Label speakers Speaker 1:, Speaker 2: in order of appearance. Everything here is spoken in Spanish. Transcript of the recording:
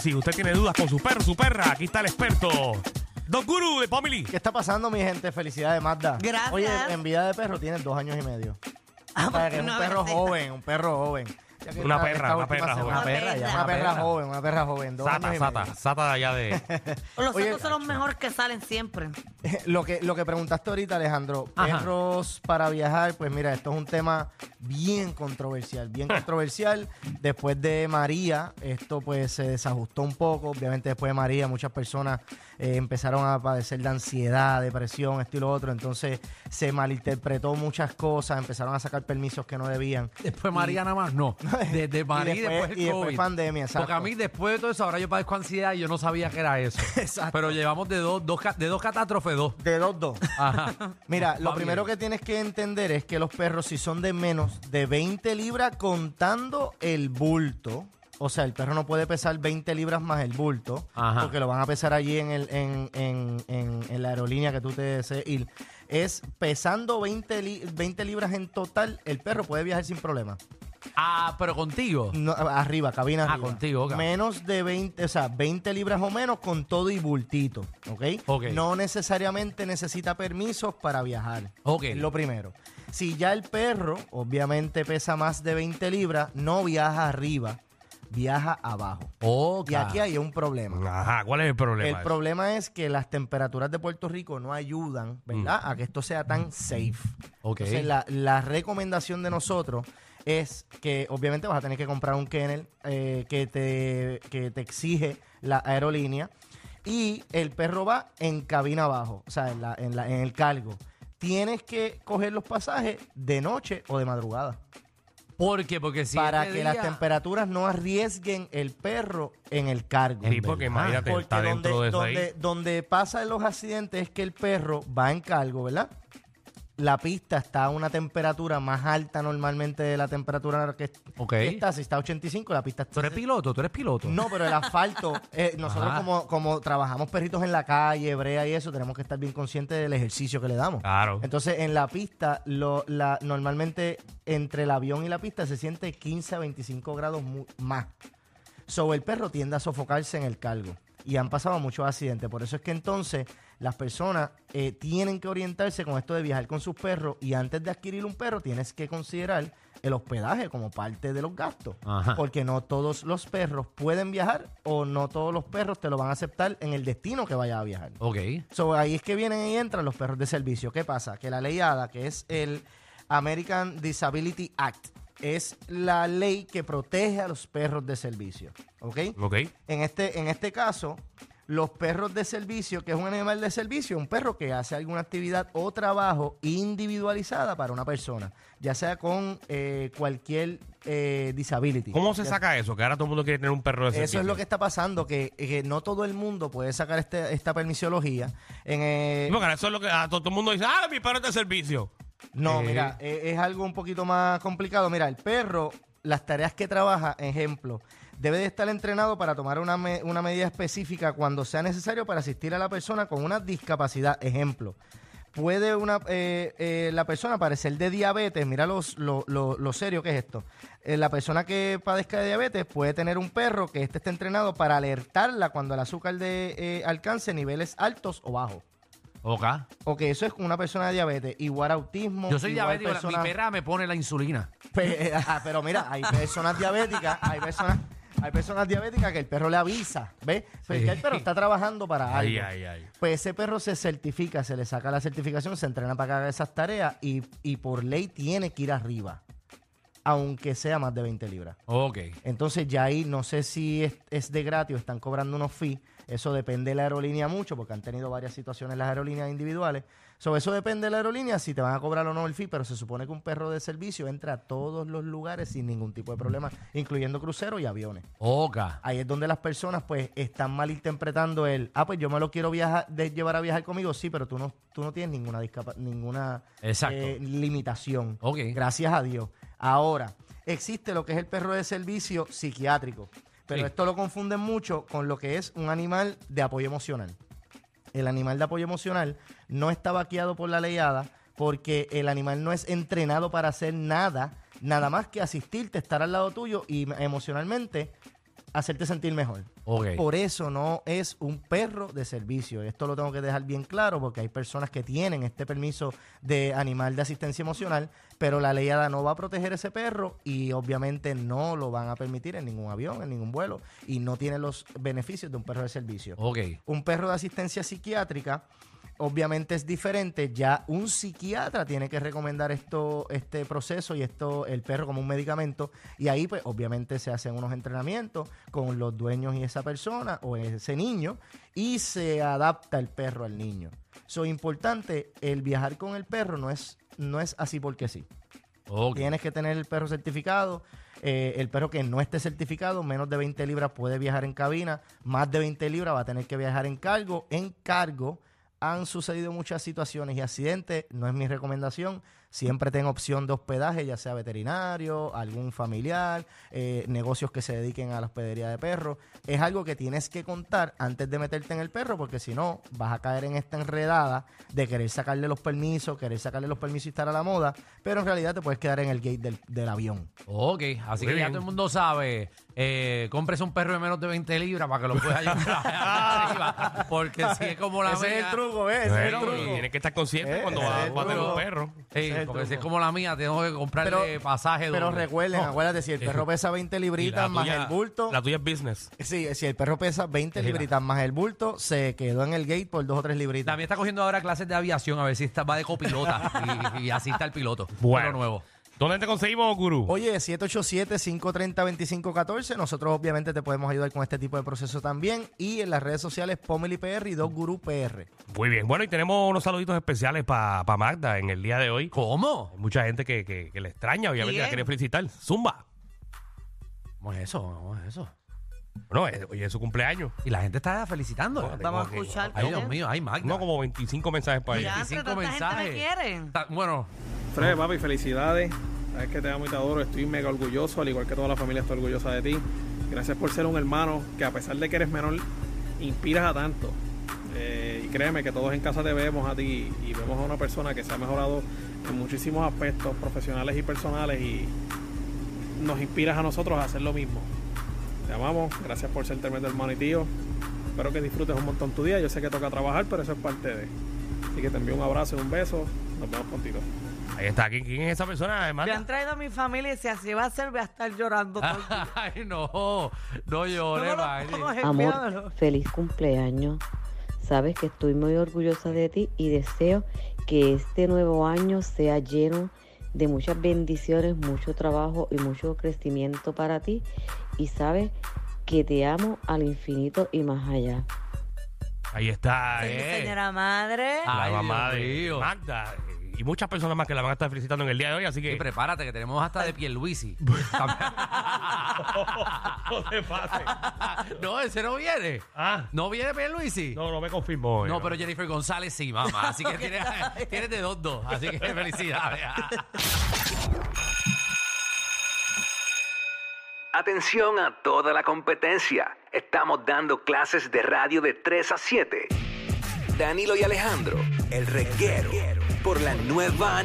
Speaker 1: si usted tiene dudas con su perro, su perra, aquí está el experto. Don Guru de Family.
Speaker 2: ¿Qué está pasando, mi gente? Felicidades, Magda.
Speaker 3: Gracias.
Speaker 2: Oye, en vida de perro tienes dos años y medio.
Speaker 3: Ah,
Speaker 2: O sea, que es
Speaker 3: no,
Speaker 2: un perro
Speaker 3: sí.
Speaker 2: joven, un perro joven. Ya que
Speaker 1: Una
Speaker 2: esta-
Speaker 1: perra,
Speaker 2: esta
Speaker 1: una
Speaker 2: última
Speaker 1: perra
Speaker 2: semana-
Speaker 1: joven.
Speaker 2: Una perra, ya, una perra joven, una perra joven. dos
Speaker 1: Sata,
Speaker 2: años y
Speaker 1: Sata, Sata de allá de.
Speaker 3: Los
Speaker 2: Oye,
Speaker 3: santos son los mejores que salen siempre.
Speaker 2: Eh, Lo que, lo que preguntaste ahorita, Alejandro,
Speaker 4: Ajá.
Speaker 2: perros para viajar, pues mira, esto es un tema bien controversial, bien controversial. Después de María, esto pues se desajustó un poco. Obviamente después de María muchas personas eh, empezaron a padecer de ansiedad, depresión, esto y lo otro. Entonces se malinterpretó muchas cosas, empezaron a sacar permisos que no debían.
Speaker 4: Después María nada más, no. Desde María y
Speaker 2: después-
Speaker 4: después,
Speaker 2: y
Speaker 4: el
Speaker 2: después
Speaker 4: COVID.
Speaker 2: pandemia, exacto.
Speaker 4: Porque a mí después de todo eso, ahora yo padezco ansiedad y yo no sabía que era eso.
Speaker 2: Exacto.
Speaker 4: Pero llevamos de dos, dos ca- de dos catástrofes dos.
Speaker 2: De los dos.
Speaker 4: Ajá.
Speaker 2: Mira, lo
Speaker 4: Va
Speaker 2: primero
Speaker 4: bien.
Speaker 2: que tienes que entender es que los perros, si son de menos de 20 libras contando el bulto, o sea, el perro no puede pesar 20 libras más el bulto,
Speaker 4: Ajá.
Speaker 2: porque lo van a pesar allí en, el, en, en- en- en la aerolínea que tú te desees ir. Es pesando 20, li- 20 libras en total, el perro puede viajar sin problema.
Speaker 4: Ah, pero contigo.
Speaker 2: No, a- arriba, cabina
Speaker 4: Ah,
Speaker 2: arriba.
Speaker 4: contigo, ok.
Speaker 2: Menos de 20, o sea, 20 libras o menos con todo y bultito, ¿ok?
Speaker 4: Ok.
Speaker 2: No necesariamente necesita permisos para viajar.
Speaker 4: Ok.
Speaker 2: Es lo primero. Si ya el perro, obviamente, pesa más de 20 libras, no viaja arriba, viaja abajo.
Speaker 4: Ok.
Speaker 2: Y aquí hay un problema.
Speaker 1: Ajá, ¿cuál es el problema?
Speaker 2: El problema es que las temperaturas de Puerto Rico no ayudan, ¿verdad?
Speaker 1: Mm.
Speaker 2: A que esto sea tan safe.
Speaker 4: Ok.
Speaker 2: Entonces, la, la recomendación de nosotros es que obviamente vas a tener que comprar un kennel eh, que, te, que te exige la aerolínea y el perro va en cabina abajo, o sea, en, la- en la- en el cargo. Tienes que coger los pasajes de noche o de madrugada
Speaker 4: ¿Por qué? Porque si.
Speaker 2: para que
Speaker 4: este
Speaker 2: las
Speaker 4: día-
Speaker 2: temperaturas no arriesguen el perro en el cargo.
Speaker 1: Sí, porque imagínate,
Speaker 2: Porque
Speaker 1: está
Speaker 2: donde,
Speaker 1: dentro de eso
Speaker 2: donde,
Speaker 1: ahí.
Speaker 2: donde pasan los accidentes es que el perro va en cargo, ¿verdad? La pista está a una temperatura más alta normalmente de la temperatura que,
Speaker 4: Ok.
Speaker 2: que está. Si está a 85, la pista
Speaker 4: Tú
Speaker 2: está...
Speaker 4: eres piloto, tú eres piloto.
Speaker 2: No, pero el asfalto, eh, nosotros
Speaker 4: Ajá.
Speaker 2: como, como trabajamos perritos en la calle, brea y eso, tenemos que estar bien conscientes del ejercicio que le damos.
Speaker 1: Claro.
Speaker 2: Entonces, en la pista, lo- la- normalmente entre el avión y la pista se siente 15 a 25 grados mu- más. Sobre el perro tiende a sofocarse en el cargo. Y han pasado muchos accidentes. Por eso es que entonces las personas eh, tienen que orientarse con esto de viajar con sus perros. Y antes de adquirir un perro, tienes que considerar el hospedaje como parte de los gastos.
Speaker 4: Ajá.
Speaker 2: Porque no todos los perros pueden viajar o no todos los perros te lo van a aceptar en el destino que vayas a viajar.
Speaker 4: Ok.
Speaker 2: So, ahí es que vienen y entran los perros de servicio. ¿Qué pasa? Que la ley ADA, que es el American Disability Act, es la ley que protege a los perros de servicio. ¿Ok?
Speaker 1: Ok.
Speaker 2: En este, en este caso, los perros de servicio, que es un animal de servicio, un perro que hace alguna actividad o trabajo individualizada para una persona, ya sea con eh, cualquier eh, disability.
Speaker 1: ¿Cómo se saca eso? Que ahora todo el mundo quiere tener un perro de ese
Speaker 2: Eso es lo que está pasando, que, que no todo el mundo puede sacar este- esta permisiología. En, eh,
Speaker 1: Porque ahora eso es lo que ah, todo todo el mundo dice, ah, mi perro es de servicio.
Speaker 2: No,
Speaker 4: Eh.
Speaker 2: mira, eh, es, algo un poquito más complicado. Mira, el perro, las tareas que trabaja, ejemplo, debe de estar entrenado para tomar una, me- una medida específica cuando sea necesario para asistir a la persona con una discapacidad, ejemplo. Puede una, eh, eh, la persona padecer de diabetes, mira los, lo, lo- lo serio que es esto. Eh, la persona que padezca de diabetes puede tener un perro que este esté entrenado para alertarla cuando el azúcar de, eh, alcance niveles altos o bajos.
Speaker 4: Ok.
Speaker 2: Ok, eso es una persona de diabetes, igual autismo.
Speaker 4: Yo soy
Speaker 2: igual
Speaker 4: diabético. la-
Speaker 2: persona-
Speaker 4: Mi perra me pone la insulina.
Speaker 2: Pe- ah, pero mira, hay personas diabéticas, hay personas, hay personas diabéticas que el perro le avisa, ¿ves? Pero
Speaker 4: Sí.
Speaker 2: ya el perro está trabajando para
Speaker 1: Ay,
Speaker 2: algo.
Speaker 1: ay, ay.
Speaker 2: Pues ese perro se certifica, se le saca la certificación, se entrena para que haga esas tareas y, y por ley tiene que ir arriba, aunque sea más de 20 libras.
Speaker 4: Ok.
Speaker 2: Entonces ya ahí no sé si es, es de gratis o están cobrando unos fees. Eso depende de la aerolínea mucho, porque han tenido varias situaciones las aerolíneas individuales. Sobre eso depende de la aerolínea, si te van a cobrar o no el fee, pero se supone que un perro de servicio entra a todos los lugares sin ningún tipo de problema, incluyendo cruceros y aviones.
Speaker 4: Ok.
Speaker 2: Ahí es donde las personas pues están malinterpretando el, ah, pues yo me lo quiero viajar, de llevar a viajar conmigo, sí, pero tú no, tú no tienes ninguna discapa- ninguna
Speaker 4: Exacto.
Speaker 2: eh, limitación.
Speaker 4: Ok.
Speaker 2: Gracias a Dios. Ahora, existe lo que es el perro de servicio psiquiátrico, pero
Speaker 4: Sí.
Speaker 2: esto lo confunden mucho con lo que es un animal de apoyo emocional. El animal de apoyo emocional no está vaqueado por la leyada porque el animal no es entrenado para hacer nada, nada más que asistirte, estar al lado tuyo y emocionalmente hacerte sentir mejor.
Speaker 4: Ok.
Speaker 2: Por eso no es un perro de servicio. Esto lo tengo que dejar bien claro porque hay personas que tienen este permiso de animal de asistencia emocional, pero la ley ADA no va a proteger ese perro y obviamente no lo van a permitir en ningún avión, en ningún vuelo y no tiene los beneficios de un perro de servicio.
Speaker 4: Ok.
Speaker 2: Un perro de asistencia psiquiátrica obviamente es diferente. Ya un psiquiatra tiene que recomendar esto, este proceso y esto, el perro como un medicamento. Y ahí, pues, obviamente se hacen unos entrenamientos con los dueños y esa persona o ese niño y se adapta el perro al niño. So, importante, el viajar con el perro no es, no es así porque sí.
Speaker 4: Ok.
Speaker 2: Tienes que tener el perro certificado. Eh, el perro que no esté certificado, menos de 20 libras, puede viajar en cabina. Más de 20 libras va a tener que viajar en cargo. En cargo han sucedido muchas situaciones y accidentes. No es mi recomendación. Siempre ten opción de hospedaje, ya sea veterinario, algún familiar, eh, negocios que se dediquen a la hospedería de perros. Es algo que tienes que contar antes de meterte en el perro, porque si no, vas a caer en esta enredada de querer sacarle los permisos, querer sacarle los permisos y estar a la moda, pero en realidad te puedes quedar en el gate del, del avión.
Speaker 4: Ok, así que ya
Speaker 1: bien.
Speaker 4: todo el mundo sabe, eh, cómprese un perro de menos de 20 libras para que lo pueda llevar arriba, porque si es como la
Speaker 2: Ese
Speaker 4: mía,
Speaker 2: es el truco, ¿eh? ese es el
Speaker 1: Bueno, pero
Speaker 2: truco.
Speaker 1: tienes que estar consciente
Speaker 2: Eh,
Speaker 1: cuando
Speaker 2: ese
Speaker 1: va
Speaker 2: es
Speaker 1: a
Speaker 2: el
Speaker 1: tener
Speaker 2: truco.
Speaker 1: un perro.
Speaker 4: Sí,
Speaker 2: Ese es el
Speaker 4: porque si es
Speaker 2: truco.
Speaker 4: como la mía, tengo que comprarle
Speaker 2: Pero-
Speaker 4: pasaje
Speaker 2: Pero
Speaker 4: doble.
Speaker 2: recuerden,
Speaker 4: No.
Speaker 2: acuérdate, si el perro pesa 20
Speaker 1: Y la
Speaker 2: libritas más
Speaker 1: tuya-
Speaker 2: el bulto.
Speaker 1: La tuya es business.
Speaker 2: Sí, si el perro pesa 20
Speaker 4: Mira.
Speaker 2: libritas más el bulto, se quedó en el gate por dos o tres libritas.
Speaker 4: La mía está cogiendo ahora clases de aviación, a ver si está, va de copilota y, y así está el piloto.
Speaker 1: Bueno.
Speaker 4: Uno nuevo.
Speaker 1: ¿Dónde te conseguimos, gurú?
Speaker 2: Oye, 787-530-2514. Nosotros obviamente te podemos ayudar con este tipo de proceso también. Y en las redes sociales Pomeli PR y Dog Guru PR.
Speaker 1: Muy bien. Bueno, y tenemos unos saluditos especiales para Magda en el día de hoy.
Speaker 4: ¿Cómo?
Speaker 1: Hay mucha gente que, que, que le extraña, obviamente, la
Speaker 3: Bien.
Speaker 1: quería felicitar. Zumba.
Speaker 4: ¿Cómo es eso? ¿Cómo es eso?
Speaker 1: Bueno, es- oye, es su cumpleaños.
Speaker 4: Y la gente está felicitando.
Speaker 3: Vamos a escuchar.
Speaker 4: Ay,
Speaker 3: ¿qué?
Speaker 4: Dios mío, ay, Magda.
Speaker 1: No, como 25 mensajes para
Speaker 3: Mira.
Speaker 1: ella.
Speaker 3: Diantre, tanta gente me quiere.
Speaker 4: Ta- Bueno,
Speaker 5: Fred, papi, felicidades. Sabes que te amo y te adoro. Estoy mega orgulloso, al igual que toda la familia está orgullosa de ti. Gracias por ser un hermano que, a pesar de que eres menor, inspiras a tanto. Eh, y créeme que todos en casa te vemos a ti y vemos a una persona que se ha mejorado en muchísimos aspectos profesionales y personales y nos inspiras a nosotros a hacer lo mismo. Te amamos, gracias por ser tremendo hermano y tío. Espero que disfrutes un montón tu día. Yo sé que toca trabajar, pero eso es parte de. Así que te envío un abrazo y un beso. Nos vemos contigo.
Speaker 1: Ahí está. ¿Quién, quién es esa persona,
Speaker 3: Me
Speaker 1: además?
Speaker 3: han traído a mi familia y si así va a ser, voy a estar llorando. todo el día.
Speaker 4: ay, no, no llores,
Speaker 3: No me lo
Speaker 4: Magdi.
Speaker 3: pongas, enviámelo.
Speaker 6: Amor, feliz cumpleaños. Sabes que estoy muy orgullosa de ti y deseo que este nuevo año sea lleno de muchas bendiciones, mucho trabajo y mucho crecimiento para ti. Y sabes que te amo al infinito y más allá.
Speaker 1: Ahí está.
Speaker 3: Sí,
Speaker 1: eh.
Speaker 3: señora madre.
Speaker 4: Ah.
Speaker 1: la
Speaker 4: Ay,
Speaker 1: mamá
Speaker 4: Dios
Speaker 1: de
Speaker 4: mío.
Speaker 1: Magda. eh, Y muchas personas más que la van a estar felicitando en el día de hoy, así
Speaker 4: Y
Speaker 1: que.
Speaker 4: prepárate, que tenemos hasta de Pierluisi.
Speaker 1: no te pases.
Speaker 4: no, ese no viene.
Speaker 1: Ah,
Speaker 4: ¿No viene Pierluisi?
Speaker 1: no, no me confirmó. eh. hoy,
Speaker 4: No, pero Jennifer González sí, mamá. Así que tienes, tienes de dos, dos. Así que felicidades.
Speaker 7: Atención a toda la competencia. Estamos dando clases de radio de 3 a 7. Danilo y Alejandro, el reguero, por la nueva